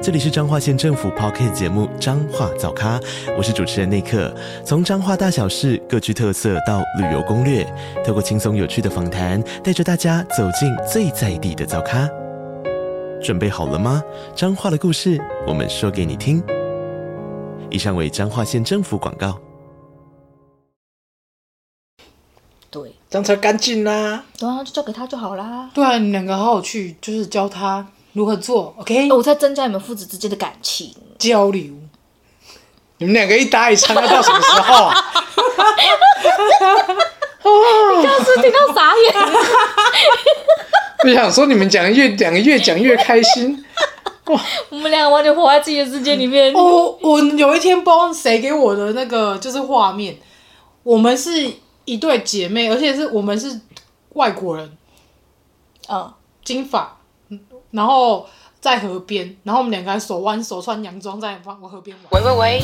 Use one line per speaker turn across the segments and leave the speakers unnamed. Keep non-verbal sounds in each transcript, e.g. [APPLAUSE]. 这里是彰化县政府 p o c k t 节目《彰化早咖》，我是主持人内克。从彰化大小事各具特色到旅游攻略，透过轻松有趣的访谈，带着大家走进最在地的早咖。准备好了吗？彰化的故事，我们说给你听。以上为彰化县政府广告。
对，
这样才干净啊啦。
然后就交给他就好啦。
对啊，你两个好好去，就是教他如何做，OK？、
哎
哦
我在增加你们父子之间的感 [LAUGHS] 情。
交流，
你们两个一搭一唱，要到什么时候啊？
当时听到傻 [LAUGHS] 眼，
[LAUGHS] 我想说，你们讲越两个越讲越开心。
我们两个完全活在自己的世界里面。
[LAUGHS] 我我有一天不知道谁给我的那个就是画面，我们是一对姐妹，而且是我们是外国人，
嗯，
金发，嗯然后在河边，然后我们两个还手挽手穿洋装在往河边玩。
喂喂喂，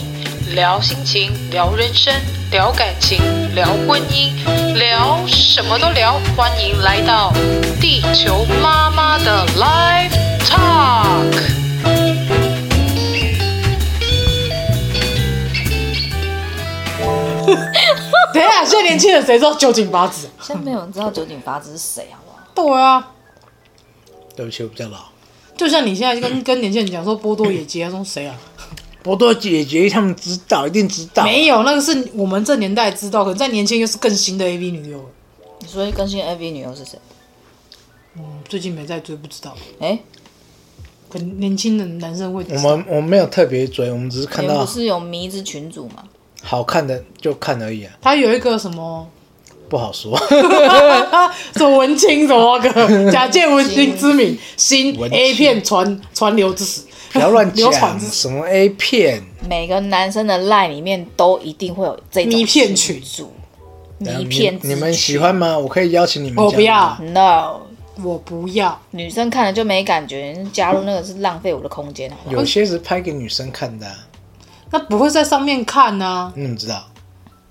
聊心情，聊人生，聊感情，聊婚姻，聊什么都聊。欢迎来到地球妈妈的 Live Talk。
等一下，现在年轻人谁知道九井八啊子？
现在没有人知道九井法子是谁，好不好？
对啊，
对不起，我比较老。
就像你现
[LAUGHS]
在跟跟年轻人讲说波多野结，他说谁啊？
博多姐姐他们知道，一定知道。
没有，那个是我们这年代知道，可能在年轻又是更新的 AV 女优了。
你说更新 AV 女优是谁？
最近没在追，不知道。
哎，
可能年轻的男生会知
我
道
们我们没有特别追，我们只是看
你们
到
不哎是有迷之群组吗？
好看的就看而已啊，
他有一个什么
不好说。呃
啊，走文青 [LAUGHS] 什么
[LAUGHS]
个，假借文青之名，新
文青
A 片传传流之时，
不要乱
流传
讲，
之时，
什么 A 片，
每个男生的 line 里面都一定会有这种
迷片群
组，
然后
迷
你
片之
你们
群
喜欢吗？我可以邀请你们。
哦我不要。，
？No，
我不要，
女生看了就没感觉，加入那个是浪费我的空间，好不好？
有些是拍给女生看的啊、
那不会在上面看啊，
你怎么知道？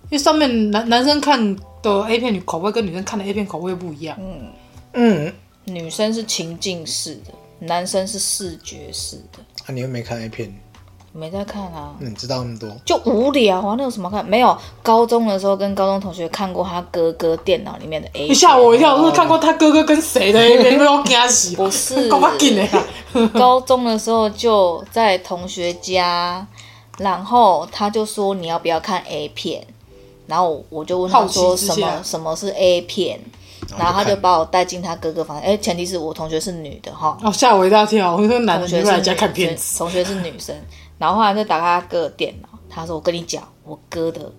因为上面男男生看的 A 片女口味跟女生看的 A 片口味不一样，
嗯，啊，
女生是情境式的，男生是视觉式的。
啊你又没看 A 片，
没在看啊，
那你知道那么多？
就无聊啊，那有什么好看？没有，高中的时候跟高中同学看过他哥哥电脑里面的 A，
你吓我一跳，我是看过他哥哥跟谁的 A
[LAUGHS]
片，都给他洗，
不是
够巴劲的呀，
[LAUGHS]
[LAUGHS]
高中的时候就在同学家，然后他就说你要不要看 A 片，然后我就问他说
好奇之
什
下
么什么是 A 片，然后他就把我带进他哥哥房间，哎，前提是我同学是女的哈，
哦吓我一大跳，我说男的
同
女
学
的
是
啊来
女
家看片
生
子，
同学是女生，然后后来就打开他哥的电脑，他说我跟你讲，我哥的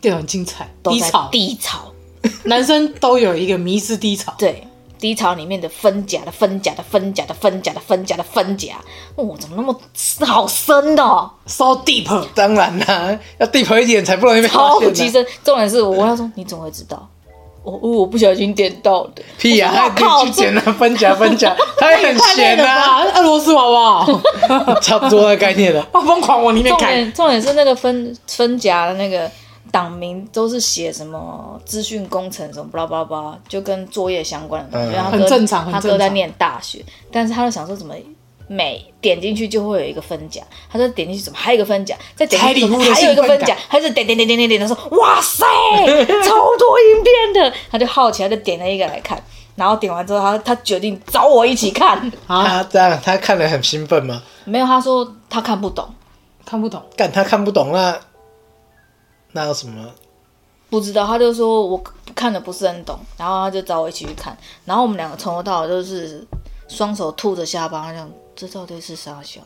电脑很精彩，
都
低
在
潮，
低潮
男生都有一个迷失低潮。
对，低潮里面的分夹的分夹的分夹的分夹的分夹的分夹，哦，怎么那么好深的、 [LAUGHS] 哦，
so deep，
当然啦、要 deep 一点才不容易被发
超
现、
级
啊。
深。重点是我问他说：“你怎么会知道？”我哦我不小心点到的。
屁呀、
我
啊，
靠
他去捡啊，分夹分夹，他也很
太累
闲
了
啊，
吧？俄罗斯
[LAUGHS]
娃娃哦，
差不多的概念了。
好疯狂往里面
重
看，
点重点是那个分分夹的那个党名都是写什么资讯工程什么巴拉巴拉巴拉，就跟作业相关的东西。
嗯
因为他
很
哥
正常很
他
正
哥在
常
念大学，但是他就想说怎么。每点进去就会有一个分夹，他说点进去怎么还有一个分夹，再点进去怎么
才领悟的
还有一个分
兴奋
夹
感，
他就点点点点点点，他说哇塞，超多影片的，他就好奇，他就点了一个来看，然后点完之后，他他决定找我一起看，
他这样，啊他看了很兴奋吗？
没有，他说他看不懂，
看不懂。
但他看不懂那那有什么？
不知道，他就说我看的不是很懂，然后他就找我一起去看，然后我们两个从头到尾都是双手吐着下巴，他讲这到底是啥小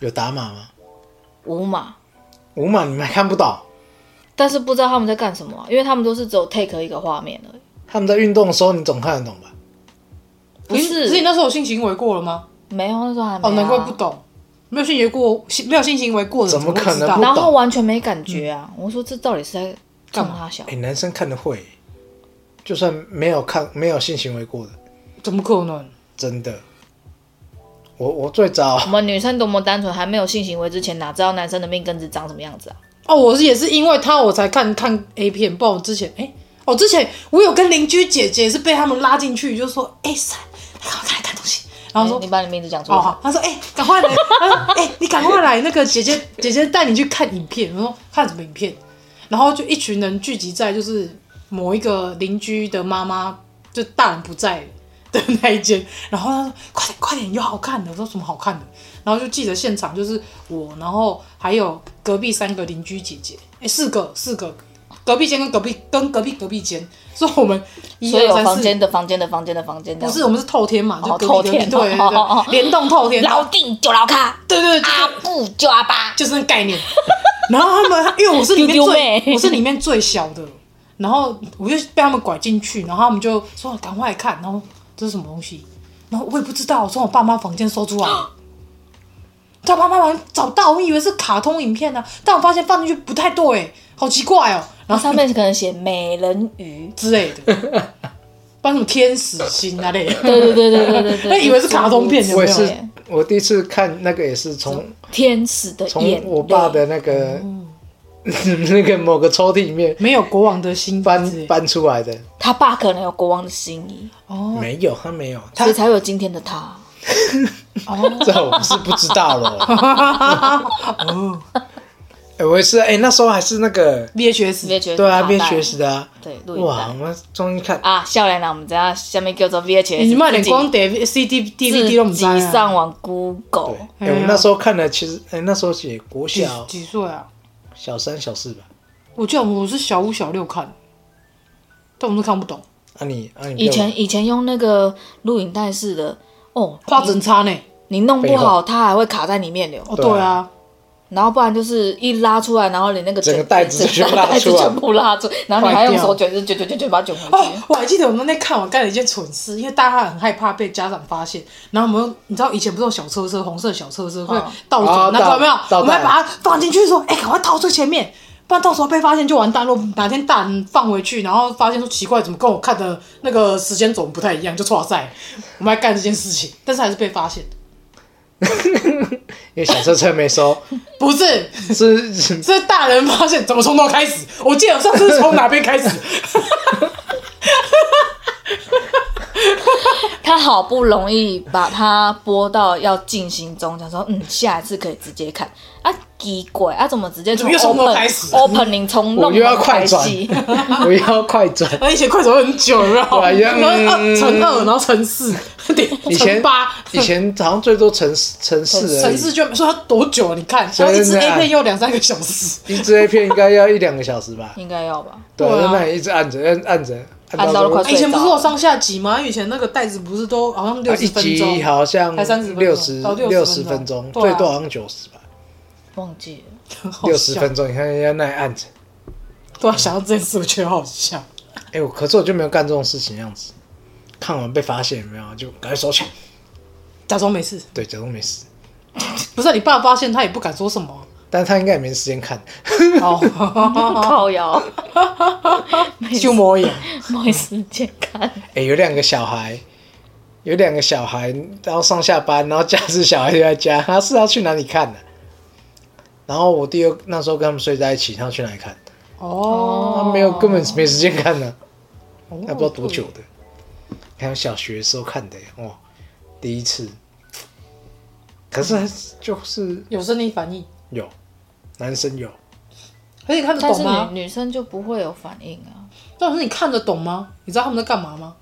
有打码吗？
五码，
五码你们还看不懂？
但是不知道他们在干什么啊、因为他们都是只有 take 一个画面而已，
他们在运动的时候，你总看得懂吧？
不
可是你
是
那时候有性行为过了吗？
没有那时候还没、啊，
哦，难怪不懂，没有性行为过，性没有性行为过的
怎么
会
可
知
能
道
不
然后完全没感觉啊，我说这到底是在干
干嘛
哎
他小
哎、，男生看得会，就算没有看没有性行为过的，
怎么可能？
真的。我我最早 [LAUGHS]
我们女生多么单纯，还没有性行为之前，哪知道男生的命根子长什么样子啊？
哦，我是也是因为他我才看看 A 片，不然我之前哎、哦之前我有跟邻居姐姐是被他们拉进去，就说哎闪，来赶快看来看东西，然后说
你你把你名字讲出来。
哦好，他说哎赶、快来，他说哎、你赶快来，那个姐姐姐姐带你去看影片，我说看什么影片，然后就一群人聚集在就是某一个邻居的妈妈，就大人不在的那一间，然后他说快点快点有好看的，我说什么好看的，然后就记得现场就是我，然后还有隔壁三个邻居姐姐，哎四个四个。隔壁间跟隔壁跟隔壁隔壁间，所以我们一
所以
二
有
三
房
四
间的房间的房间的房间，
不是，我们是透天嘛，就
哦
隔壁隔壁
透天
对对
哦哦哦 [LAUGHS]
对，联动透天，
老定就老咖，
对对对，
阿布就阿巴，
就是那个概念。 [LAUGHS] 然后他们，因为我是里面
丢丢妹
最，我是里面最小的，然后我就被他们拐进去，然后他们就说啊赶快看，然后这是什么东西，然后我也不知道，我从我爸妈房间搜出来了。在我爸妈房找到，我以为是卡通影片呢、啊，但我发现放进去不太对，好奇怪哦。
然
然后，
后上面可能写美人鱼
之类的，帮什么天使心啊类的，
对对对对对对 [LAUGHS] 对，
那以为是卡通片
诸如
有
我
没
也
有
是，我第一次看那个也是从
天使的眼
从
泪
我爸的那个 [LAUGHS] 那个某个抽屉里面
没有国王的心之类
搬
的
搬出来的。
他爸可能有国王的心意，
哦
没有，他没有，他
所以才会有今天的他。
哦，
这我是不知道了。
哦
哎 [LAUGHS] 我也是，哎，那时候还是那个
VHS
别觉得
对啊，
卡带
边学时的啊。
对录影
哇，我
带
们终于看
啊，笑脸啦，我们等一下下面叫做 VHS，
你卖点
自己
光碟 CD DVD 都
自
不知道
己
啊
上网 Google，
哎、我
哎呀
那时候看了，其实哎、那时候也国
几
小
几岁啊？
小三小四吧。
我记得我是小五小六看，但我们都看不懂，
啊你啊你
以前以前用那个录影带式的哦，
画质很差呢。
你弄不好它还会卡在里面的哦，
哦，
对啊
对啊，
然后不然就是一拉出来，然后连那个
整个
卷
袋子
整
全部拉
袋子
出来
全部拉出，然后你
坏
还用
掉
手卷，就卷卷卷卷把它卷回去
哦。，我还记得我们那看完干了一件蠢事，因为大家很害怕被家长发现，然后我们你知道以前不是有小车车，红色小车车会倒
啊
转那
倒
个有没有？
倒带
我们还把它放进去说，哎，赶快倒最前面，不然到时候被发现就完蛋了。如果哪天大人放回去，然后发现说奇怪，怎么跟我看的那个时间轴不太一样，就错赛。我们还干这件事情，但是还是被发现的，
因为小车车没
[LAUGHS]
收，
不是。
是是
是大人发现怎么从头开始？我记得我上次是从哪边
[LAUGHS]
开始？
他好不容易把它播到要进行中，想说嗯，下一次可以直接看啊，奇怪啊，怎么直接
怎
从
么又从头
open
开始
opening 从
我
弄
又要
门
快
开
转
机
[LAUGHS] 我要快转。
[LAUGHS] 而且快手会很久，有没有？
啊一样
然后二
嗯
乘二，然后乘四，对，
以前
乘八，
以前好像最多城市城市而已，
乘四就说它多久啊？你看，
真的啊
然后一支 A 片要两三个小时，
一支 A 片应该要一两个小时吧？
应该要吧？
对，
[LAUGHS] 对啊
那你一直按着按按着，
按到
时候啊
快
哎以前不是有上下集吗？以前那个袋子不是都好像六
啊
十
一
分钟
集，好像
才30分钟
六十
到60
六十分
分钟
钟，
对
最
啊
多好像九十吧，
忘记了，
[LAUGHS] 好
六十
笑
分，钟。你看人家那里按着，
突然想到这件事，我觉得好笑。
哎，我可是我就没有干这种事情样子。看完被发现有没有，就赶快收起来。
假装没事，
对，假装没事，
不是啊你爸发现他也不敢说什么啊。
但他应该也没时间看。
哦，
靠腰，
[LAUGHS] 就摸眼，
没时间
[LAUGHS]
看。
哎、有两个小孩，有两个小孩，然后上下班，然后假日小孩就在家，他是要去哪里看呢、然后我弟又那时候跟他们睡在一起，他要去哪里看？
哦，
他没有，根本没时间看呢、那不知道多久的。还有小学的时候看的哇，第一次，可是还是就是
有生理反应，
有男生有，
而且看得
但是
懂啊吗？
女女生就不会有反应啊，
但是你看得懂吗？你知道他们在干嘛吗？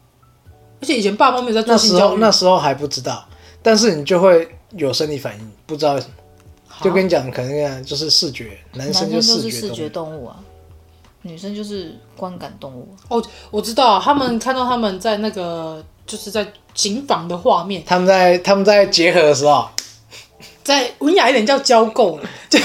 而且以前爸妈没有在做
那
性
时
教
候
育，
那时候还不知道，但是你就会有生理反应，不知道为什么。就跟你讲，可能啊就是视觉，男
男
生
生
就
就是
觉
视
动
觉
物。
动物啊，女生就是观感动物啊。
哦，我知道啊，他们看到他们在那个就是在警房的画面，
他们在他们在结合的时候，
在文雅一点叫交媾，就、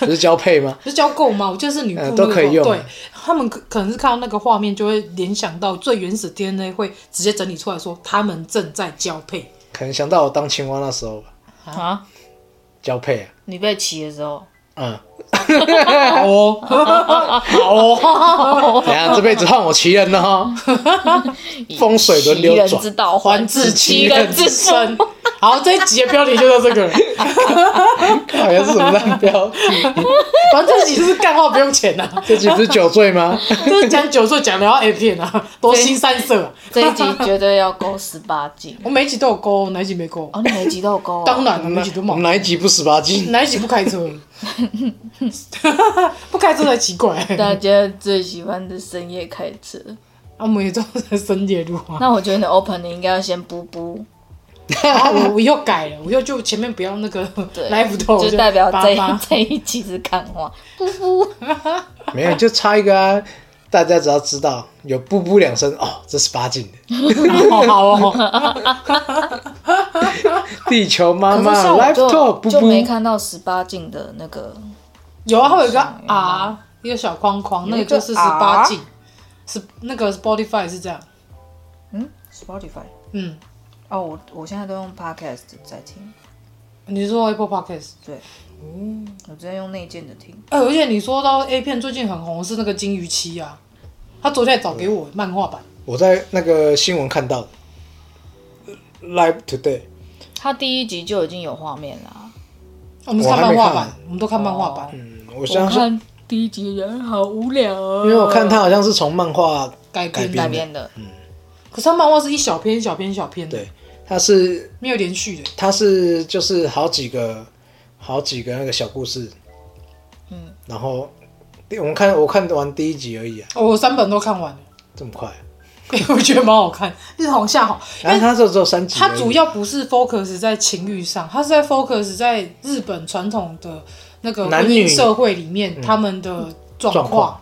不是交配吗？
[LAUGHS]
[LAUGHS]
是交媾吗？我记得是女
啊呃
仆
都可以用
对，他们可可能是看到那个画面，就会联想到最原始 DNA 会直接整理出来说他们正在交配。
可能想到我当青蛙那时候吧，
啊，
交配啊，
你被骑的时候，
嗯， [LAUGHS] 好哦，好哦，等一下这辈子换我奇人了哈，风水轮
奇
流
人之
转，
道，还治其人之身。
身。好，这一集的标题就到
[LAUGHS]
这个了。
好像是什么烂标题？
反正这集就是干话，不用钱
[LAUGHS]
啊，
这集不是酒醉吗？
就是讲酒醉，讲聊 A 片啊，多新三色啊。
这一集绝对要勾十八禁。
我每一集都有勾，哪一集没勾？
[LAUGHS] 哦，你每一集都有勾、哦。
当然了，
我
每一
们
集都
我
嘛
们，哪一集不十八禁？
哪一集不开车？ [LAUGHS] 不开车才奇怪、
大家最喜欢的深夜开车。
啊，我们也都在深夜录啊。
那我觉得你的 open 你应该要先补补，
[LAUGHS] 啊，我我又改了，我又就前面不要那个
对
live 透，
就代表这一
八八
这一集是看花。补补，
没有，就差一个啊！大家只要知道有“布布”两声，哦，这是八禁
[LAUGHS]
的。
好好哦，
地球妈
可
妈
是像我
Live
就
Talk 布
就
布，
没看到十八禁的那个，
有啊，它有一个
嗯
R，一个小框框，那个就是十
啊
八禁，是那个 Spotify 是这样，
嗯，Spotify。
嗯，
哦，我我现在都用 podcast 在听，
你说 Apple Podcast，
对，我直接用内建的听。
哎、而且你说到 A 片最近很红是那个金鱼期啊，他昨天还找给我漫画版，
我在那个新闻看到的 Live Today，
它第一集就已经有画面啦，
我们是看
我还
漫
没
画
看
版，我们都看漫画版，
嗯，我
我
相信，
看第一集人好无聊、哦，
因为我看它好像是从漫画，
改
改
编
编
改
的，
编的，
可是他漫画是一小篇一小篇一小篇的，
对，它是
没有连续的，
它是就是好几个好几个那个小故事，
嗯，
然后我们看我看完第一集而已啊，
哦我三本都看完了， [LAUGHS]
这么快啊、
哎我觉得蛮好看，日红夏好，
然后它这只有三集而
它
已，
主要不是 focus 在情欲上，它是在 focus 在日本传统的那个
男
婚
女嗯
姻社会里面、他们的状
状况
况。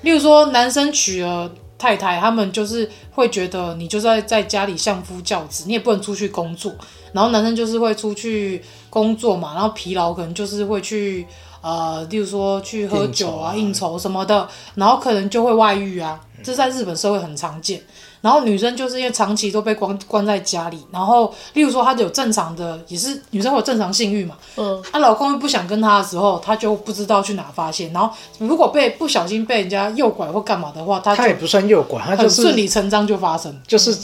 例如说，男生娶了太太，他们就是会觉得你就是在在家里相夫教子，你也不能出去工作。然后男生就是会出去工作嘛，然后疲劳可能就是会去呃，例如说去喝酒啊、
应酬啊嗯
应酬什么的，然后可能就会外遇啊，这在日本社会很常见。然后女生就是因为长期都被关关在家里，然后例如说她有正常的，也是女生会有正常性欲嘛，
嗯，
她、老公又不想跟她的时候，她就不知道去哪发泄，然后如果被不小心被人家诱拐或干嘛的话，她
它也
就
不算诱拐，它就
很
是
顺理成章就发生。
就是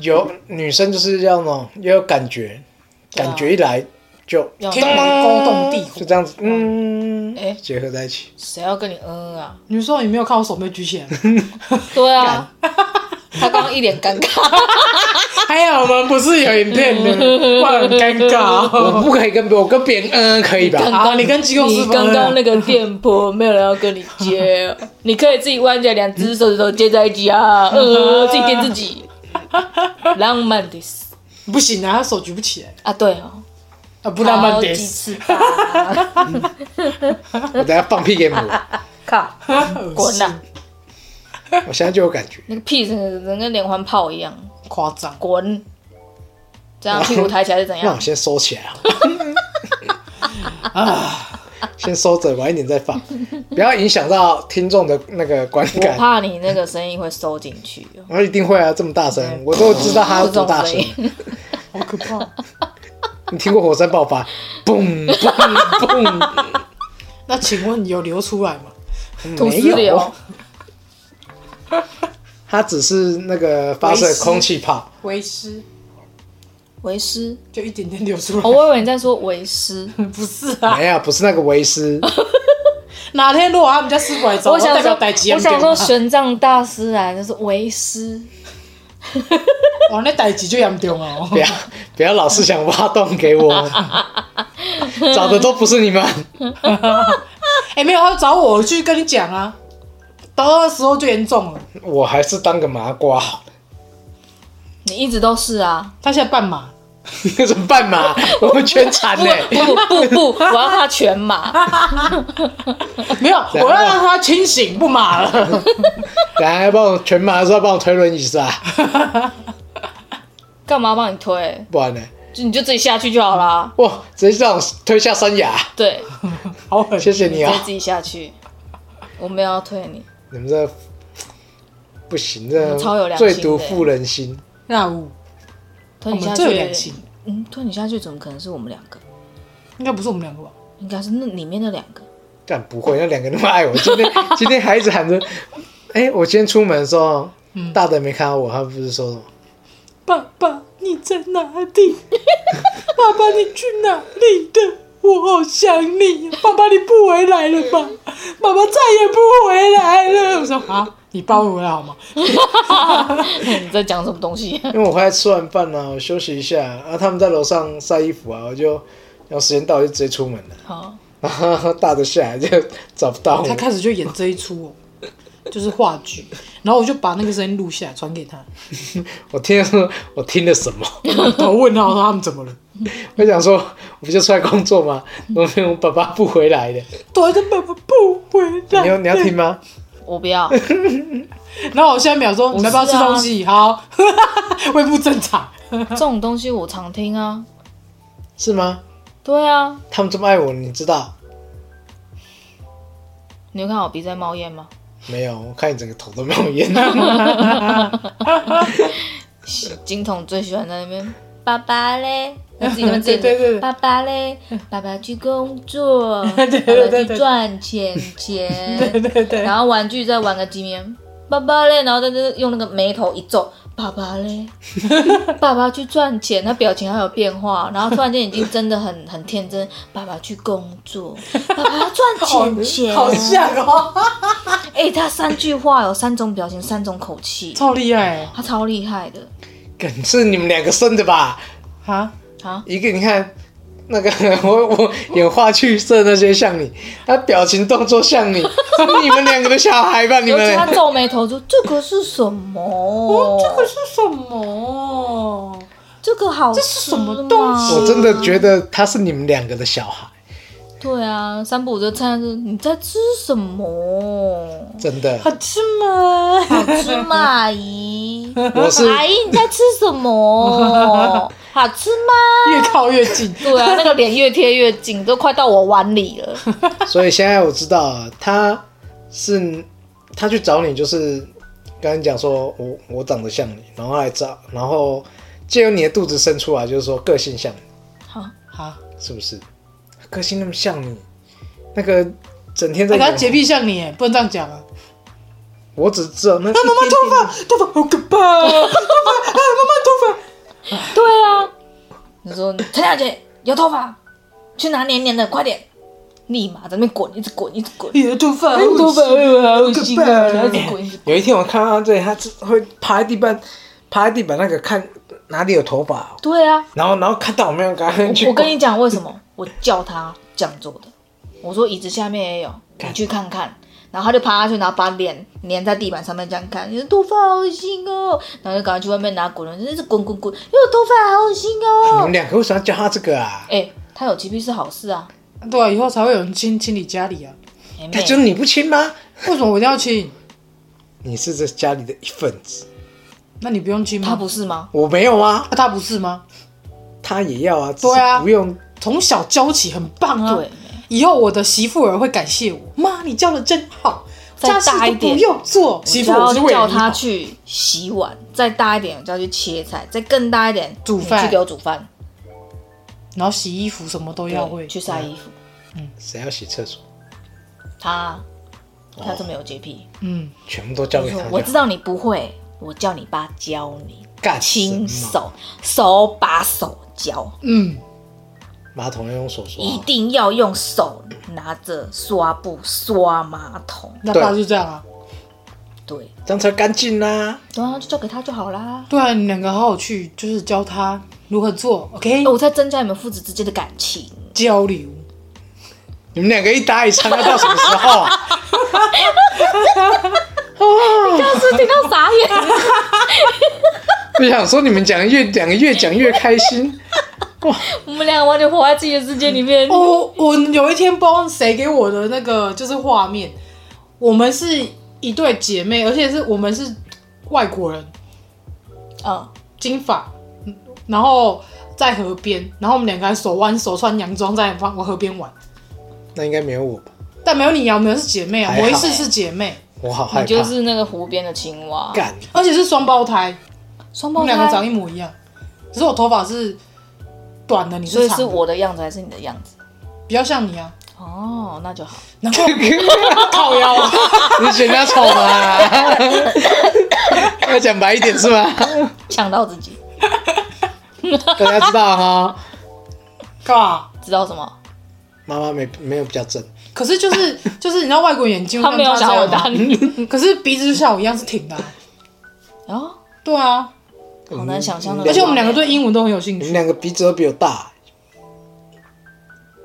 有女生就是要那种要有感觉，
对啊
感觉一来就
要
天雷勾动地
就
火。
这样子，嗯，
哎
结合在一起。
谁要跟你嗯嗯啊？
你说你没有看我手没举起来吗？
对啊，他刚刚一脸尴尬，
还有我们不是有影片的，不然很尴尬哦、
我不可以跟别我跟别人嗯可以吧？
好你跟机构
你
师傅嗯
刚刚那个电波没有人要跟你接
[LAUGHS]
哦，你可以自己弯着两只手指头接在一起啊，
[LAUGHS]
呃，自己电自己，浪漫的死
[LAUGHS] 不行啊，他手举不起来
啊，对哦，
啊，不浪漫
好
得
几
死。
次吧，
我等下放屁给你们，
靠，滚啊呐！
我现在就有感觉。
那个屁整个人跟连环炮一样，
夸张。
滚！这样屁股抬起来是
[LAUGHS]
怎
那我
样？
先收起来啊，先收着，晚一点再放，不要影响到听众的那个观
我
感。
怕你那个声音会收进去哦。
我一定会啊，这么大声，我都知道它有多大声。
这
[LAUGHS]
好可怕！
你听过火山爆发？嘣嘣
那请问有流出来吗？
[LAUGHS]
嘣，
吐
嗯
哦
没
石
有
流。，
它只是那个发射空气炮，
为师
为师。
就一点点流出来，
哦，我以为你在说为师，
不是
[LAUGHS]
啊？
没有，不是那个
[LAUGHS]
维斯。
哪天如果他们家师傅来找
我
代
想
表
说，
逮鸡，
我想说玄奘大师啊，就是为师，
哇，哦那逮鸡就严重哦。
不要不要老是想挖洞给我，
[LAUGHS]
找的都不是你们。
哎，没有，他找我去跟你讲啊，到那时候就严重了。
我还是当个麻瓜 [LAUGHS] 好，
你一直都是啊。
他现在半马，
那怎么办嘛？我们全残
不
呢、
不不
[LAUGHS]
不，我要他全马，
没有，
怎样
我要让他清醒不马了。
来，帮我全麻的时候帮我推轮椅啊是吧？
干嘛帮你推？
不然呢？
就你就自己下去就好啦。
哇，直接这样推下山崖，
对，
好狠，
谢谢
你
你
直
啊
接！自己下去，我没有要推你。
你们这不行，这
超有良心
最
的
毒妇人心。
那五，
推你
我
下
们
去
这有良心，
嗯，推你下去怎么可能是我们两个？
应该不是我们两个吧？
应该是那里面那两个。
但不
嗯
会，那两个那么爱我，今
[LAUGHS]
天今天还一直喊着，哎、我今天出门的时候，
嗯
大的没看到我，他不是说什么？
爸爸你在哪里？ [LAUGHS] 爸爸你去哪里了？我好想你，啊爸爸你不回来了吧？爸爸再也不回来了。我说啊，你爸会回来好吗？
你在讲什么东西？ [LAUGHS]
因为我回来吃完饭啊呢、我休息一下，然、后他们在楼上晒衣服啊，我就然后时间到我就直接出门了，
好，
然后 [LAUGHS] 大的下来就找不到
他
我，
开始就演这一出哦，就是话剧。然后我就把那个声音录下来传给他，
我听了我听
[LAUGHS]
了什么？
我问他我说他们怎么了？
我想说，我不就出来工作吗？
嗯
怎么没有我爸爸不回来的？
躲着爸爸不回来。
你要你要听吗？
我不要，
然后我下一秒说：“你要不要吃
是啊
东西？”好， [LAUGHS] 胃不正常。
这种东西我常听啊。
是吗？
对啊，
他们这么爱我，你知道
你有看我鼻在冒烟吗？
没有？我看你整个头都没有烟。 [LAUGHS]
金童最喜欢在那边爸爸
[LAUGHS]
嘞，他自己跟自己
对对对
爸爸嘞，爸爸去工作，
对 [LAUGHS] 对对
爸爸
对
去
对
赚钱钱，
对对对，
然后玩具再玩个几年，爸爸嘞，然后在这用那个眉头一皱，爸爸
[LAUGHS]
嘞，爸爸去赚钱，他表情还有变化，然后突然间已经真的很很天真，爸爸去工
[LAUGHS]
作，爸爸赚钱钱，
好像哦，
哎、他三句话有三种表情，三种口气，
超厉害
他超厉害的
梗是你们两个生的吧？
啊！
啊！
一个你看那个 [LAUGHS] 我我演话剧社那些像你，他表情动作像你， [LAUGHS] 是你们两个的小孩吧？你
尤其他
们
皱眉头说：“这个是什
哦
么？，
这个是什么？
这个好吃吗，
这是什么东西
我真的觉得他是你们两个的小孩，
对啊，三不五就猜说你在吃什么？
真的。
好吃吗？
好吃吗，阿姨？
我是
阿姨你在吃什
[LAUGHS]
么？好吃吗？
越靠越近，
对啊，那个脸越贴越近，都快到我碗里了。
所以现在我知道了，他是他去找你，就是刚才讲说我我长得像你，然后来找，然后借由你的肚子生出来，就是说个性像你，
好，
好，
是不是？个性那么像你，那个整天在
哎
演、
他洁癖像你耶，不能这样讲啊！
我只知道那
啊，妈妈头发，头发好可怕啊！头发啊，妈妈头发，
对啊，你说陈小姐有头发，去拿黏黏的，快点！立马在那边滚，一直滚，一直
[LAUGHS]
滚，
你的头发，
哎头发
好
恶心啊！然后一直滚，一直滚。
有一天我看到他这里，他是会趴在地板，趴在地板那个看哪里有头发，
对啊，
然后然后看到我没有，赶快去
我跟
你
你讲为什么？我叫他这样做的。我说椅子下面也有，你
看
去看看。然后他就趴下去，然后把脸粘在地板上面这样看，你的头发好恶心哦。然后就赶快去外面拿滚轮，真是滚滚滚，因为我头发好恶心
们
哦。
两个为什么要教他这个啊？
哎、他有洁癖是好事啊。
对啊，以后才会有人清清理家里啊！
哎妹
他就是你不亲吗？
为什么我一定要亲？
你是这家里的一份子，
那你不用亲吗？
他不是吗？
我没有啊。
啊，他不是吗？
他也要啊，
对啊
只是不用
从小教起，很棒啊！
对，
以后我的媳妇儿会感谢我，妈，你教的真好，
再
家事
大一
都
点
不用做，媳妇，
我
我
就是要
为了
叫
你
他
好。
去洗碗，再大一点我就要去切菜，再更大一点
煮
你
饭
去给我煮饭，
然后洗衣服什么都要会
对，
嗯
去晒衣服。
谁要洗厕所，
他他这么有洁癖。
嗯，
全部都交给他就好。
我知道你不会，我叫你爸教你，
干
亲
什么
手手把手教，
嗯，
马桶要用手刷
一
啊，
定要用手拿着刷布刷马桶。
那
对
爸就这样啊。
对，
这样才干净啊啦。
然后就交给他就好啦。
对啊，你两个好好去，就是教他如何做，OK？
哎我在增加你们父子之间的感情。
交流，
你们两个一搭一唱，要到什么时
[LAUGHS]
候啊？
当时听到傻眼，
我想说，你们讲越两个越讲越开心。
[LAUGHS] 我们俩完全活在自己的世界里面。
我哦我有一天不知道谁给我的那个就是画面，我们是一对姐妹，而且是我们是外国人，
嗯，
金发，嗯然后在河边，然后我们两个还手挽手穿洋装在往河边玩。
那应该没有我吧？
但没有你啊，我们是姐妹啊，
还好
我一次是姐妹，
我好 [LAUGHS]
你
害怕。
就是那个湖边的青蛙，
干，
而且是双胞胎，
双
我
胞
们两个长
胎，
一模一样，只是我头发是短的，你
所
是
以
长
是
的，
我的样子还是你的样子？
比较像你啊。
哦，那就好。
难怪 [LAUGHS] 靠腰啊，
你嫌他丑吗？要讲白一点是吧？
呛到自己，
大家知道哈，
干嘛？
知道什么？
妈妈没没有比较正，
可是就是 [LAUGHS] 就是，你知道外国眼睛
他没有想要我
这样
打
啊
你。 [LAUGHS]
可是鼻子就像我一样是挺的啊、
哦，
对啊，
好难想象的。
而且我们两个对英文都啊很有兴
你们
趣。
两个鼻子都比我大，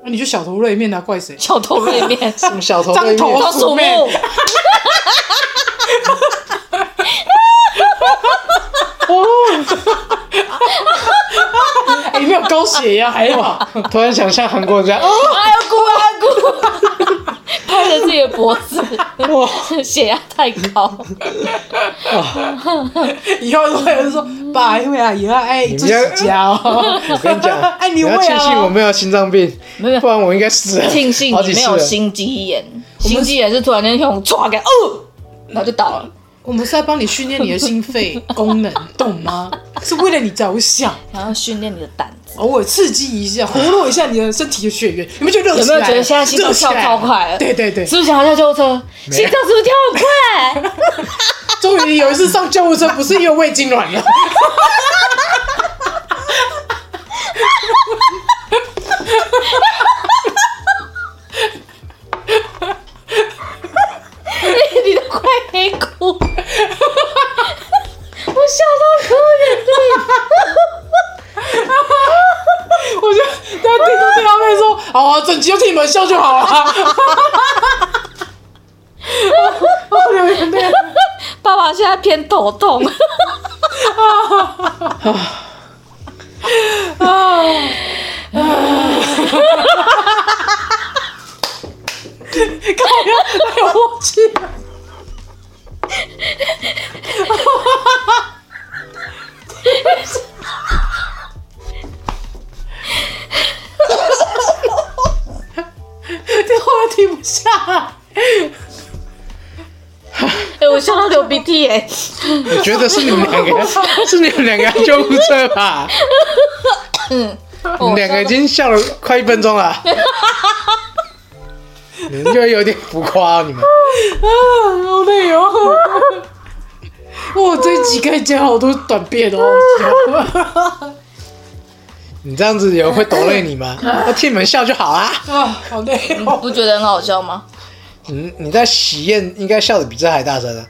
你就小头锐面啊，怪谁？ [LAUGHS]
小头锐面，
什么小头
张
对
头
面
老鼠
鼠
木，
面哎、没有高血压还好。
突然想像韩国人这
[LAUGHS]
样，哦，
哎呦哭啊哭， [LAUGHS] 拍着自己的脖子，血压太高。
以后都会有人说：“ [LAUGHS] 爸，因为啊，以后哎，
你
这
们要
是家哦。，
我跟
[LAUGHS]
你讲
哎你会啊
要庆幸我没有心脏病，
没有
不然我应该死了。
庆幸
好
你
几
没
次
有
了。
心肌炎，心肌炎是突然间用抓给哦，然后就倒了。”
我们是在帮你训练你的心肺功能，懂吗？是为了你着想，
然后训练你的胆子。
偶尔哦刺激一下，活络一下你的身体的血液，有没有觉得热
有
起
没
来
有
了？
觉得现在心
热
脏
起
跳
来
超快了？
对对对，
是不是想要叫救护车？心脏是不是跳很快？
终于有一次上救护车，不是因为胃痉挛了。
哎你都快没哭， [LAUGHS] 我笑到哭眼泪。
我就在听众对他妹说：“好啊，整集就替你们笑就好了。”我流眼泪，
爸爸现在偏头痛。
靠腰太有默契了。这后面停不下来。
哎，我笑到流鼻涕 [LAUGHS] 哎！
我觉得是你们两个，是你们两个要救护车吧？你们两个已经笑了快一分钟了，你们就有点浮夸、哦，你们。
啊，好累哦！哇，这一集可以剪好多短片哦。
你这样子有人会抖累你吗？那替你们笑就好啦。
啊，好累哦！
不觉得很好笑吗？
你嗯你在喜宴应该笑的比这还大声啊！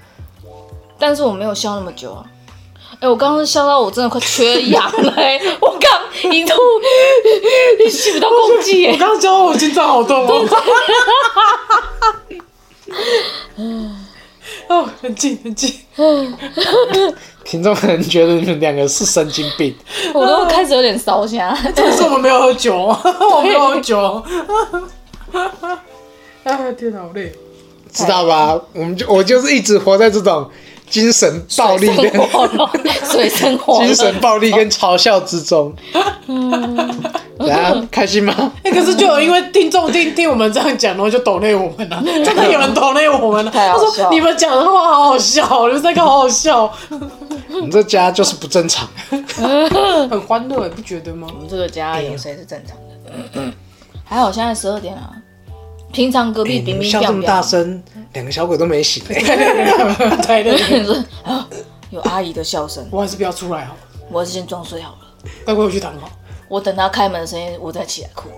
但是我没有笑那么久啊。哎、我刚刚笑到我真的快缺氧了、哎 [LAUGHS] 我刚一度吸不到空气、
我
哎，
刚刚教我心脏好痛 [LAUGHS] 哦。哦，很近很近，
听众可能觉得你们两个是神经病，
我都开始有点烧香。
但是我们没有喝酒哦，我没有喝酒哦。 [LAUGHS] 哎，天哪，好累哦！
知道吧？我们就我就是一直活在这种精神暴力
水生
跟
活了，水生活了
精神暴力跟嘲笑之中。怎样？开心吗？
哎，可是就有因为听众听听我们这样讲，然后就抖内我们 [LAUGHS] 了、真的有人抖内我们了、啊
太
他
好笑
说
了
你们讲的话好好笑，你们三个好好笑，
你这家就是不正
[LAUGHS]
常。
很欢乐，你不觉得 [LAUGHS] 吗？
我们这个家有谁是正常的？还好现在十二点啊。平常隔壁
你
冰
们
冰
嗯笑
凉
这么大
凉，
声，两个小鬼都
[LAUGHS]
没醒、欸。
太累了，
啊有阿姨的笑声，
我还是不要出来好了，
我还是先装睡好了。
待会我去躺好。
我等她开门的声音，我再起来哭。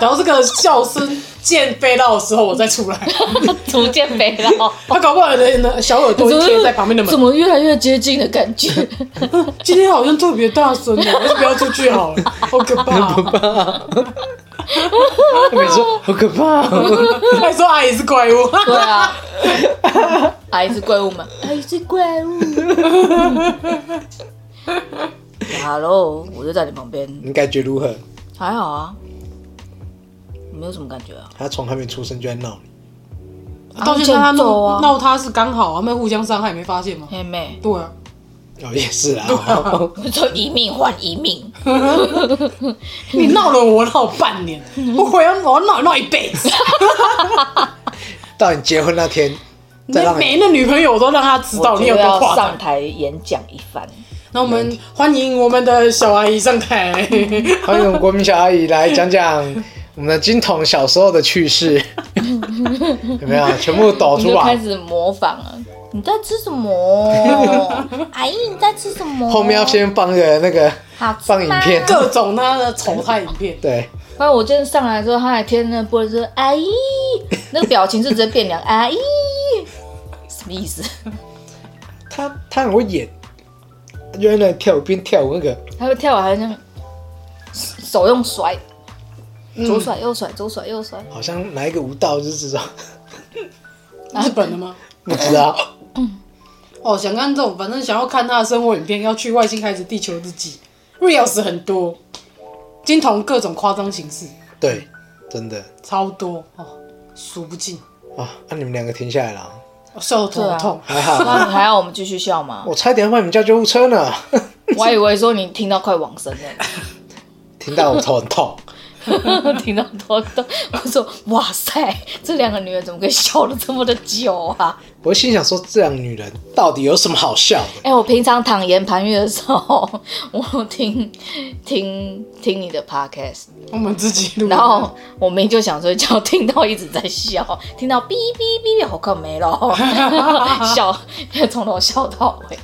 然后这个笑声渐飞到的时候，我再出来。
[LAUGHS] 逐渐肥了，哦
[LAUGHS] 他啊搞不好有人的小耳朵会贴在旁边的
怎
门。
么越来越接近的感觉？
今天好像特别大声哦，还是不要出去好
[LAUGHS]
了，好可怕、啊！
你说好可怕、 [LAUGHS] 哦，
还说阿姨是怪
[LAUGHS]
物，
[LAUGHS] 对啊，阿姨是怪物吗？阿姨是怪物。哈喽，我就在你旁边，
你感觉如何？
还好啊，没有什么感觉啊。
他从还没出生就在闹你，
到现在他
欠揍
闹
啊嗯
闹他是刚好啊，他们互相伤害，没发现吗？
嘿妹，
对啊，
哦，也是啦。
[LAUGHS]
哦
我说一命换一命，
你闹了我闹半年，
嗯
我回要我要闹闹一辈
[LAUGHS]
子，
到你结婚那天，再
那
让
每
你
一个女朋友我都让她 [LAUGHS] 知道
我
你
就
有多
要
夸张
上。台演讲一番。
那我们欢迎我们的小阿姨上台。
嗯 [LAUGHS]
欢迎我们国民小阿姨来讲讲我们的金童小时候的趣事，有没有？全部抖
我们
出
就开
来。
始模仿啊了。你在吃什么？
[LAUGHS]
阿姨，你在吃什么？
后面要先放个那个
好吃
放影
吗
片
[LAUGHS] 各种他的丑态影片，
对，
然后我今天上来之后，他还贴那玻璃说：“阿姨，那个表情是直接变凉，阿姨，什么意思？
他他很会演，就在那里跳舞边跳舞那个，
他会跳舞还这样，手用甩，左甩右甩，左甩右甩，
好像哪一个舞蹈就是这种， [LAUGHS]
日本的吗？
不知道。
哦，想看这种，反正想要看他的生活影片，要去外星孩子地球日记，reels 很多，金童各种夸张形式
对，真的
超多哦，数不尽，
啊，那、你们两个停下来了啊，
我笑得头痛。
还好，啊
那你还要我们继续笑
[LAUGHS]
吗？
我差点要帮你们叫救护车呢， [LAUGHS]
我还以为说你听到快往生了，
听到我头很痛。
听到多多，我说哇塞，这两个女人怎么可以笑了这么的久啊？
我心想说，这样女人到底有什么好笑的？
哎、我平常躺言盘玉的时候， [LAUGHS] 我听听听你的 podcast，
我们自己录的，
然后我明就想睡觉，听到一直在笑，听到哔哔哔哔，好看没了， [LAUGHS] 笑从头笑到尾。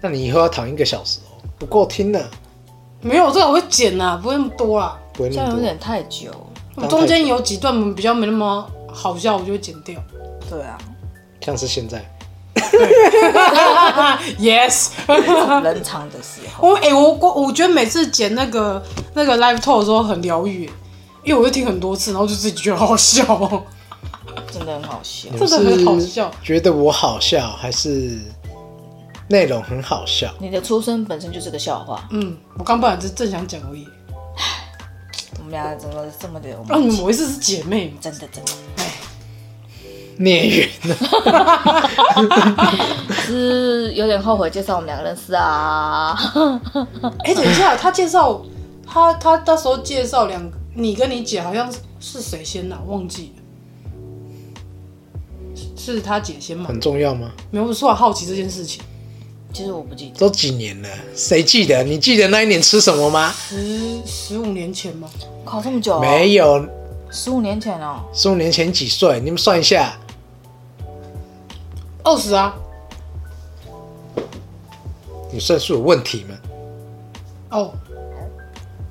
那你以后要躺一个小时哦，不够听呢，
[LAUGHS] 没有这个我会剪啦，不会那么多啦。
不会
这
那
样有
么多。
点太久了。
我中间有几段比较没那么好笑，我就会剪掉。 [LAUGHS]
对啊，
像是现在，
yes，
[LAUGHS]
[LAUGHS]
冷场的时候，
我哎、我我我觉得每次剪那个那个 live talk 的时候很疗愈，因为我就听很多次，然后就自己觉得好好笑哦，
真的很好笑。
你
真
们
的很好
是
笑。
觉得我好笑，还是内容很好笑？
你的出生本身就是个笑话，
嗯，我刚本来是正想讲而已。
我们俩真的是这么的，我
那、
们
啊你们某一次是姐妹嘛？
真的真的
孽缘啊呢？
是有点后悔介绍我们两个认识啊。
哎、等一下，他介绍他他到时候介绍两个，你跟你姐好像是谁先呐、忘记了。是是他姐先嘛？
很重要吗？
没有，我是很好奇这件事情。
其实我不记得，
都几年了，谁记得？你记得那一年吃什么吗？
十十五年前吗？
考这么久、哦，
没有，
十五年前哦，
十五年前几岁？你们算一下，
二十啊？
你算数有问题吗？
哦，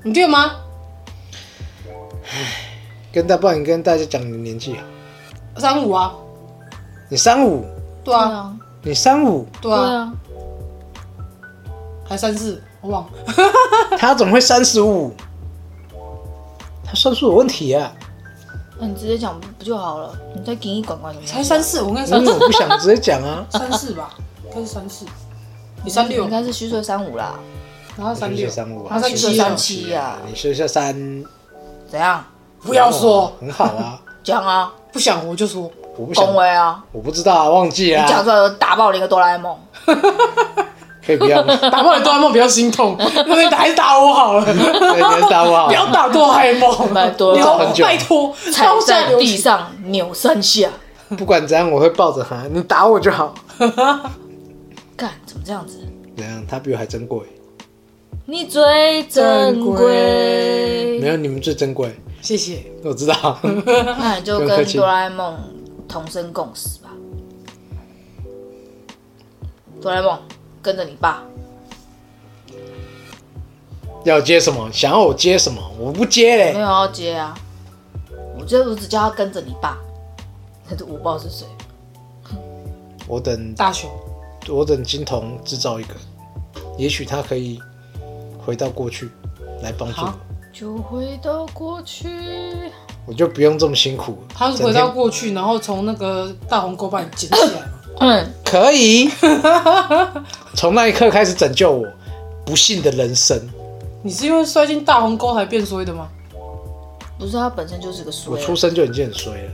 你对吗？
跟大不然你跟大家讲你的年纪啊，
三五啊？
你三五，
对啊，
你三
[LAUGHS]
五，
对
对
啊，
啊，
还三四，我忘了。
他怎么会三十五？他算数有问题啊！
那你直接讲不就好了？你再给你管管什么？
才三四，我应该
所
三
以
四，
我不想直接讲啊
三四吧，应该是三四。你三六
应，该是虚岁三五啦，
然后三
你
六，
是三五啊
然后三
虚岁
七
三
啊。
七呀、
哎你说一下三，
怎样？
不要说，
很好
[LAUGHS]
啊，
讲啊，
不想我就说。
我不想
恭，维啊，
我不知道啊，忘记
你讲
啊
出，来我打爆你一个哆啦 A 梦。
可以不
[LAUGHS]
要吗？
[LAUGHS]
打爆你哆啦 A 梦比较心痛，那你打还是打我好了，
对，你的打我啊好
不要打哆啦 A 梦
拜
了，
托
你好
很久
拜托，
踩
超下
在
流
地上扭三下，
不管怎样，我会抱着他，你打我就好。
干怎么这样子？
怎样？他比我还珍贵？
你最珍
没
贵，
有，你们最珍贵，
谢谢。
我知
[LAUGHS]
道。
那你就
不用客
跟
气
哆啦 A 梦同生共死吧。哆啦 A 梦跟着你爸，
要接什么？想要我接什么？我不接
没
嘞。
有要接啊。我就我只叫他跟着你爸，可是我不知道是谁。
我等，
大雄，
我等金童制造一个，也许他可以回到过去来帮助
好
我，
就回到过去。
我就不用这么辛苦了。
他是
整
回
天
到过去，然后从那个大鸿沟把你捡起来嘛。
嗯，
可以， [LAUGHS] 从那一刻开始拯救我不幸的人生。
你是因为摔进大鸿沟才变衰的吗？
不是，他本身就是个衰
我
啊。
出生就已经很衰了，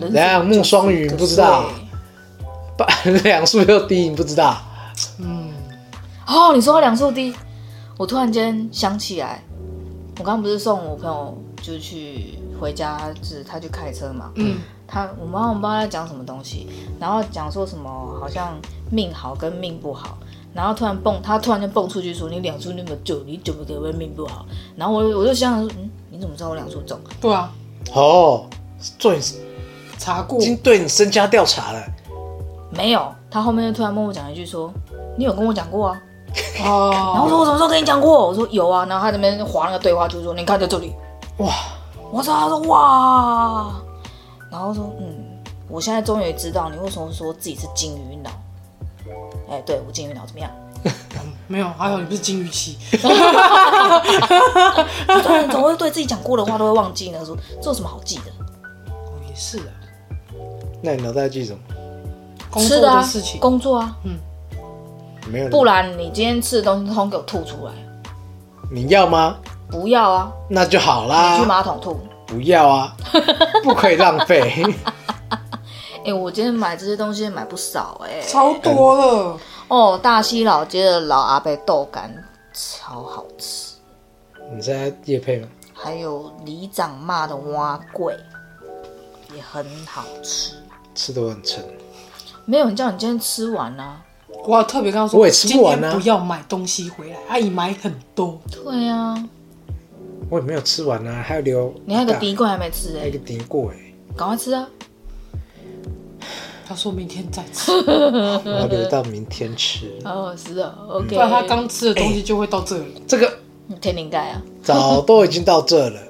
人 生
怎样
就是
目双语
个
不知道
衰
八两数又低，你不知道？
哦，你说到梁树低，我突然间想起来，我刚刚不是送我朋友就去回家，就是他去开车嘛，
嗯，
他我妈我不知道在讲什么东西，然后讲说什么好像命好跟命不好，然后突然蹦，他突然就蹦出去说你两叔那么九，你怎么可能命不好？然后我我就想想说，嗯，你怎么知道我两叔中？
对啊，
哦，做你
查过
已经对你身家调查了，
没有，他后面就突然默默讲一句说，你有跟我讲过啊？然后我
哦，
说我什么时候跟你讲过？我说有啊，然后他这边划那个对话就说你看在这里，
哇，
我操，他说哇，然后说嗯，我现在终于知道你为什么说自己是金鱼脑。哎，对我金鱼脑怎么样？
没有，还好你不是金鱼期，
我突然总会对自己讲过的话都会忘记呢，说这有什么好记的？
哦也是啊，
那你脑袋记什么？
工
吃
作
啊
的事情，嗯
工作啊，
没有，
不然你今天吃的东西通通给我吐出来，
你要吗？
不要啊，
那就好
去
啦，
马桶吐。
不要啊，不可以浪费。 [LAUGHS]
哎、我今天买这些东西买不少哎、
超多了，
哦，大溪老街的老阿伯豆干超好吃，
你在夜配吗？
还有里长骂的蛙桂也很好吃。
吃的我很撑，
没有人叫你今天吃完啊？
我还特别跟他说，
我也吃不完啊
今天不要买东西回来，阿姨买很多，
对啊，
我也没有吃完啊，还有留一大。
你还有个底棍还没吃哎、
还有一个底过哎，
赶快吃啊！
他说明天再吃，
我要留到明天吃。
哦，是啊，OK。
不然他刚吃的东西就会到这里。
这个
天灵盖啊， [LAUGHS]
早都已经到这了，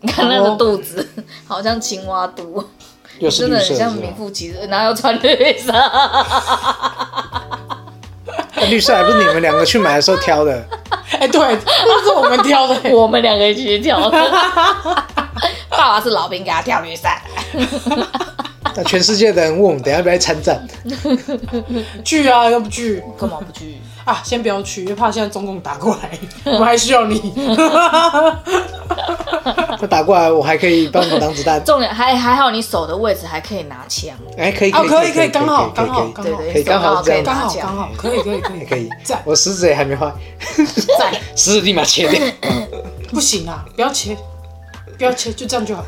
你看那个肚子，
哦
好像青蛙肚，
又是
真
绿
的
色
很
的
像
是
名
吧？
副其实，哪有穿绿 [LAUGHS] 色？
那哎绿色还不是你们两个去买的时候挑的？
哎，对，那是我们挑的，
我们两个一起去 [LAUGHS] 跳的。爸爸是老兵，给他跳绿色。
那全世界的人问我们等一下要不要去参战？
去啊，要不去
干嘛不去？
啊？先不要去，因为怕现在中共打过来，我们还需要你。
他打过来，我还可以帮你挡子弹。
重点还还好，你手的位置还可以拿枪，
哎，可以，
哦，可
可
以
可
可以，刚好刚好
可以
刚
对
好
对，
可以
手
刚好
好可以
这
刚
拿
好刚
枪，
好，可以可以可以
可以，
赞
我食指也还没坏，
在
[LAUGHS] 食指立马切掉，
不行啊，不要切，不要切，就这样就好。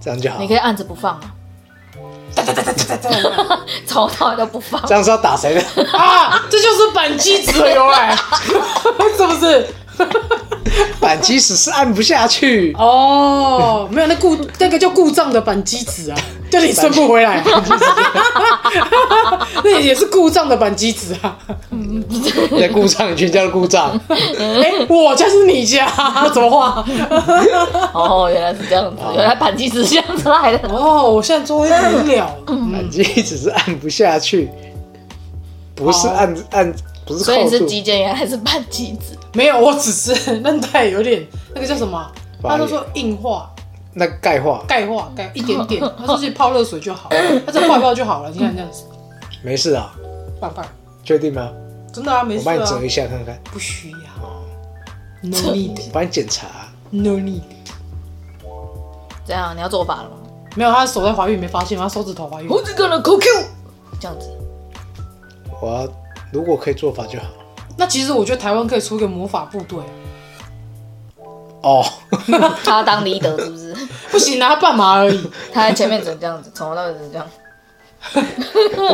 这样就好
你。可以按着不放啊，
哒哒哒哒哒哒哒
从头都不放
这。样是要打谁的？ [LAUGHS]
啊，这就是扳机指的由来， [LAUGHS] 是不是？ [LAUGHS]
扳机死是按不下去， [LAUGHS]
哦，没有，那故那个叫故障的扳机指啊，就你伸不回来， [LAUGHS] 那也是故障的扳机指啊。
你在故障，你全家都故障。
哎，我家是你家，怎么画？
[LAUGHS] 哦，原来是这样子，原来扳机是这样子来的。
哦，我现在终于明了，嗯
扳机只是按不下去，不是按按，不
[LAUGHS]
是
所以
扣
是
住。
击剑，原来是扳机子。
没有，我只是韧带有点那个叫什么？啊
发
他
炎
都说硬化。
那钙化
钙化，钙一点点。他说去泡热水就好，他再泡一泡就好了。你看这样子，
没事啊，
棒棒，
确定吗？
真的啊，没
我
事
帮你折
啊
一，下哦看看，
不需要。No need,
我帮你检查。
no need。
这样你要做法了吗？
没有，他手在怀孕没发现吗，他手指头怀孕。
我只干了 QQ，这样子。
我要如果可以做法就好。
那其实我觉得台湾可以出一个魔法部队，啊
哦， [LAUGHS]
他要当 leader 是不 [LAUGHS] 是？
不行啊，他半麻而已。
他在前面只能这样子，从头到尾只能这样。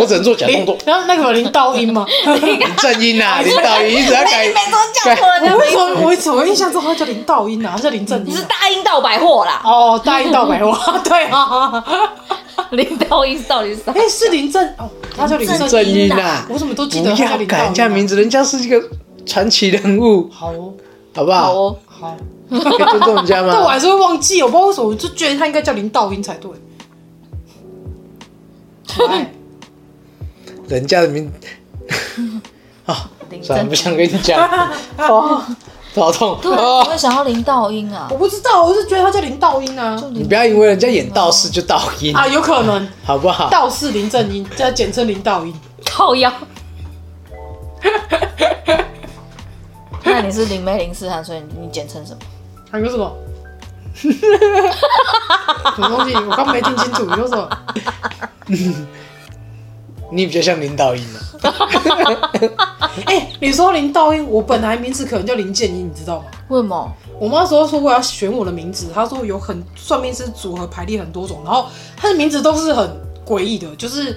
我只能做假动
林
作，。
然后那个林道英吗？
林正英啊，林道英一直在改，
[LAUGHS] 我为什么我为什么印象中他叫林道英啊？他叫林正
你
英
是
啊。
大英道百货 [LAUGHS] 啦，
哦，大英道白 [LAUGHS] 话，对啊。
林道英到底是啥？
哎，是林正哦，他叫林
林
正
正
英。
英啊，
我怎么都记
不
得他叫
要
林道英
改
啊
人家名字，人家是一个传奇人物，
好哦，啊
好不
好
好？
哦，
好。
可以尊重人家
[LAUGHS] 但我还
吗？
是会忘记，我不知道为什么，我就觉得他应该叫林道英才 [LAUGHS] 对。哎
人家的名，
林
算了，
真
不。想跟你讲，
啊
哦，头好痛
对，啊
哦
我。会想要林道英啊
我。不知道，我是觉得他叫林道英啊，
你不要因为人家演道士就道音，
啊，有可能
好不好？
道士林正英，叫简称林道英。
靠腰。 [LAUGHS] 那你是林妹林思涵，所以你简称什么？
还有什么？ [LAUGHS] 什么东西？我刚没听清楚，你说什么？
你比较像林道英啊，
哎、你说林道英，我本来名字可能叫林建英，你知道吗？
为什么？
我妈说说我要选我的名字，她说有很算命师组合排列很多种，然后她的名字都是很诡异的，就是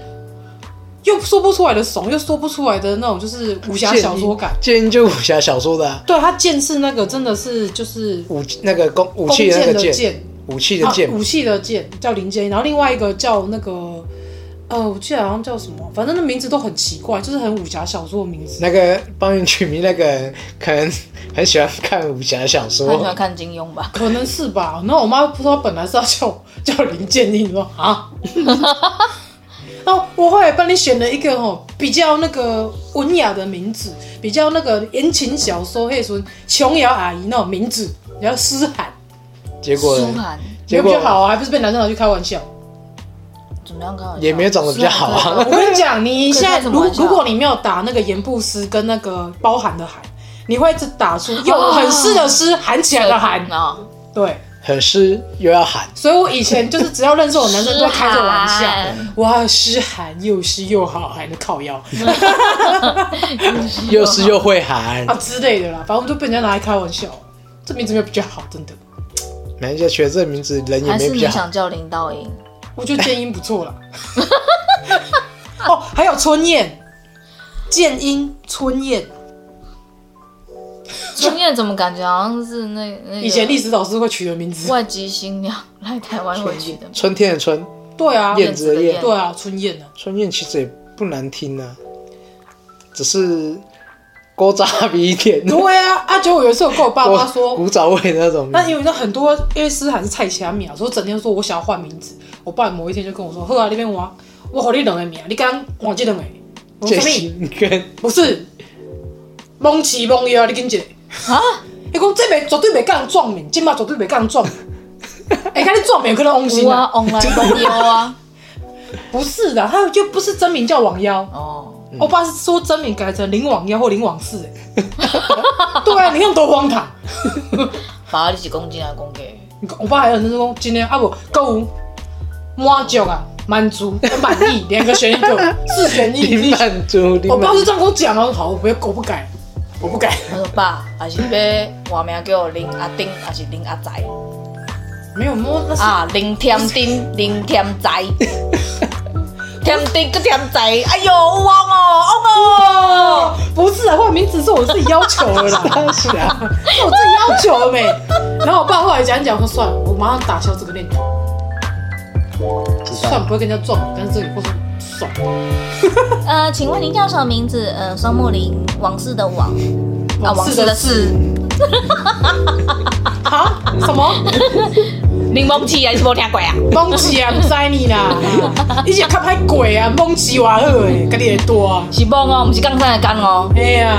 又说不出来的怂，又说不出来的那种，就是武侠小说感。
建议就武侠小说的啊、
对他剑是那个真的是就是
武那个弓武
弓
器的那
箭
个
的
剑，
剑，
武器的剑
啊，武器的剑叫林剑，然后另外一个叫那个呃，我记得好像叫什么，反正那名字都很奇怪，就是很武侠小说的名字。
那个帮你取名那个人可能很喜欢看武侠小
他很喜欢
说，
看金庸吧？
可能是吧。然后我妈不知道本来是要叫我叫林建英，你说啊。然后我后来帮你选了一个哦，比较那个文雅的名字，比较那个言情小说那种琼瑶阿姨那种名字，然后诗涵，
结果
舒涵
结
那不
果
就好啊？还不是被男生拿去开玩笑？
怎么样开玩笑？
也没有长得比较好
舒
啊
涵。
我跟你讲，你现在
可以开什
如
么玩笑
如果你没有打那个盐布斯跟那个包含的含，你会一直打 [LAUGHS] 出有很湿的湿，含起来的含。
啊，
对，
很湿又要喊，
所以我以前就是只要认识我的男生都会开这玩
诗
笑
涵，
哇，诗涵又湿又好还能靠腰
又湿又会喊
啊，之类的啦，反正我们就被人家拿来开玩笑。这名字没有比较好，真的，
男人家取了这个名字人也
还
没
是你
比较好。
想叫林道 [LAUGHS] 英？
我觉得建英不错啦。哦，还有春燕，建英、春燕，
钟燕怎么感觉好像是那那个
以前历史老师会取的名字。
外籍新娘来台湾会取 [LAUGHS] 的？
春天的春，
对啊，
燕子的
燕
燕，
对啊，春燕啊，
春燕其实也不难听啊，只是勾扎鼻一
[LAUGHS]
点，
对啊，阿九，我有一次我跟我爸妈
[LAUGHS]
说，
古早味的那种名字。
那因为那很多，因为诗涵是蔡佳敏啊，所以整天说我想要换名字。我爸某一天就跟我说：“呵啊，那边我我给你两个名，啊你刚换这两个。”我说
这
什么？
心跟
不是，蒙奇蒙啊，你跟姐
啊？
你讲这袂绝对袂讲撞名，今嘛绝对袂讲撞名。哎、看你撞名有可能翁
有
心
啊
啊？
，online 公优啊。
不是的，他就不是真名叫王妖。
[LAUGHS] 哦，
我爸是说真名改成林王妖或林王氏、哎对啊，你看多荒唐！
把你几公斤来公给？
我爸还有认真说，今天啊不够满足啊，满足跟满意两个选一个，四选
林 [LAUGHS]
一。
曼珠，林
我爸
曼
是这样跟我讲啊，好，我不要，我不改，我不改。
他说爸，还是要我名叫林阿丁，还是林阿仔
没有摸那是
啊？林天丁，
[LAUGHS]
林天仔， [LAUGHS] 天丁个天仔，哎呦，汪哦，汪哦，
哦，不是啊，换名字是我自己要求的啦，是啊，是我自己要求的没。然后我爸后来讲一讲，说算了，我马上打消这个念头，
珠知
算了
道，
不会跟人家撞，但是这个过程爽。
呃，请问您叫什么名字？呃，双木林，王室的王，啊，王室的室，
啊？什么？
林梦琪还是没听过啊？
蒙奇啊，不知你啦，你是较歹过啊，蒙奇话好诶，家己会多啊。
是梦哦，不是刚才的刚哦。
哎呀，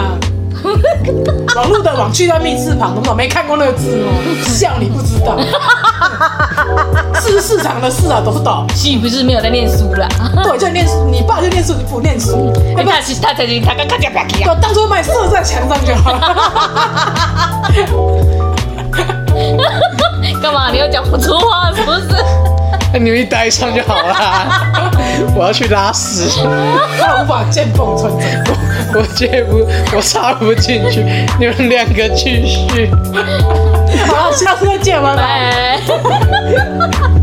网络的网去掉密字旁，懂不懂？没看过那个字哦，像你不知道，是市场的市啊，懂不懂？
是不是没有在念书啦？
对，就念书，你爸就念书，你不念书，
哎，他是他才是他刚看见白起啊！
就当做买射在墙上就好了。
干嘛？你又讲不出话是不是？
那哎你们一呆上就好啦。我要去拉屎，
他无法见缝穿针，
我接不，我插不进去，你们两个继续。
好，下次再见，拜拜。
哎。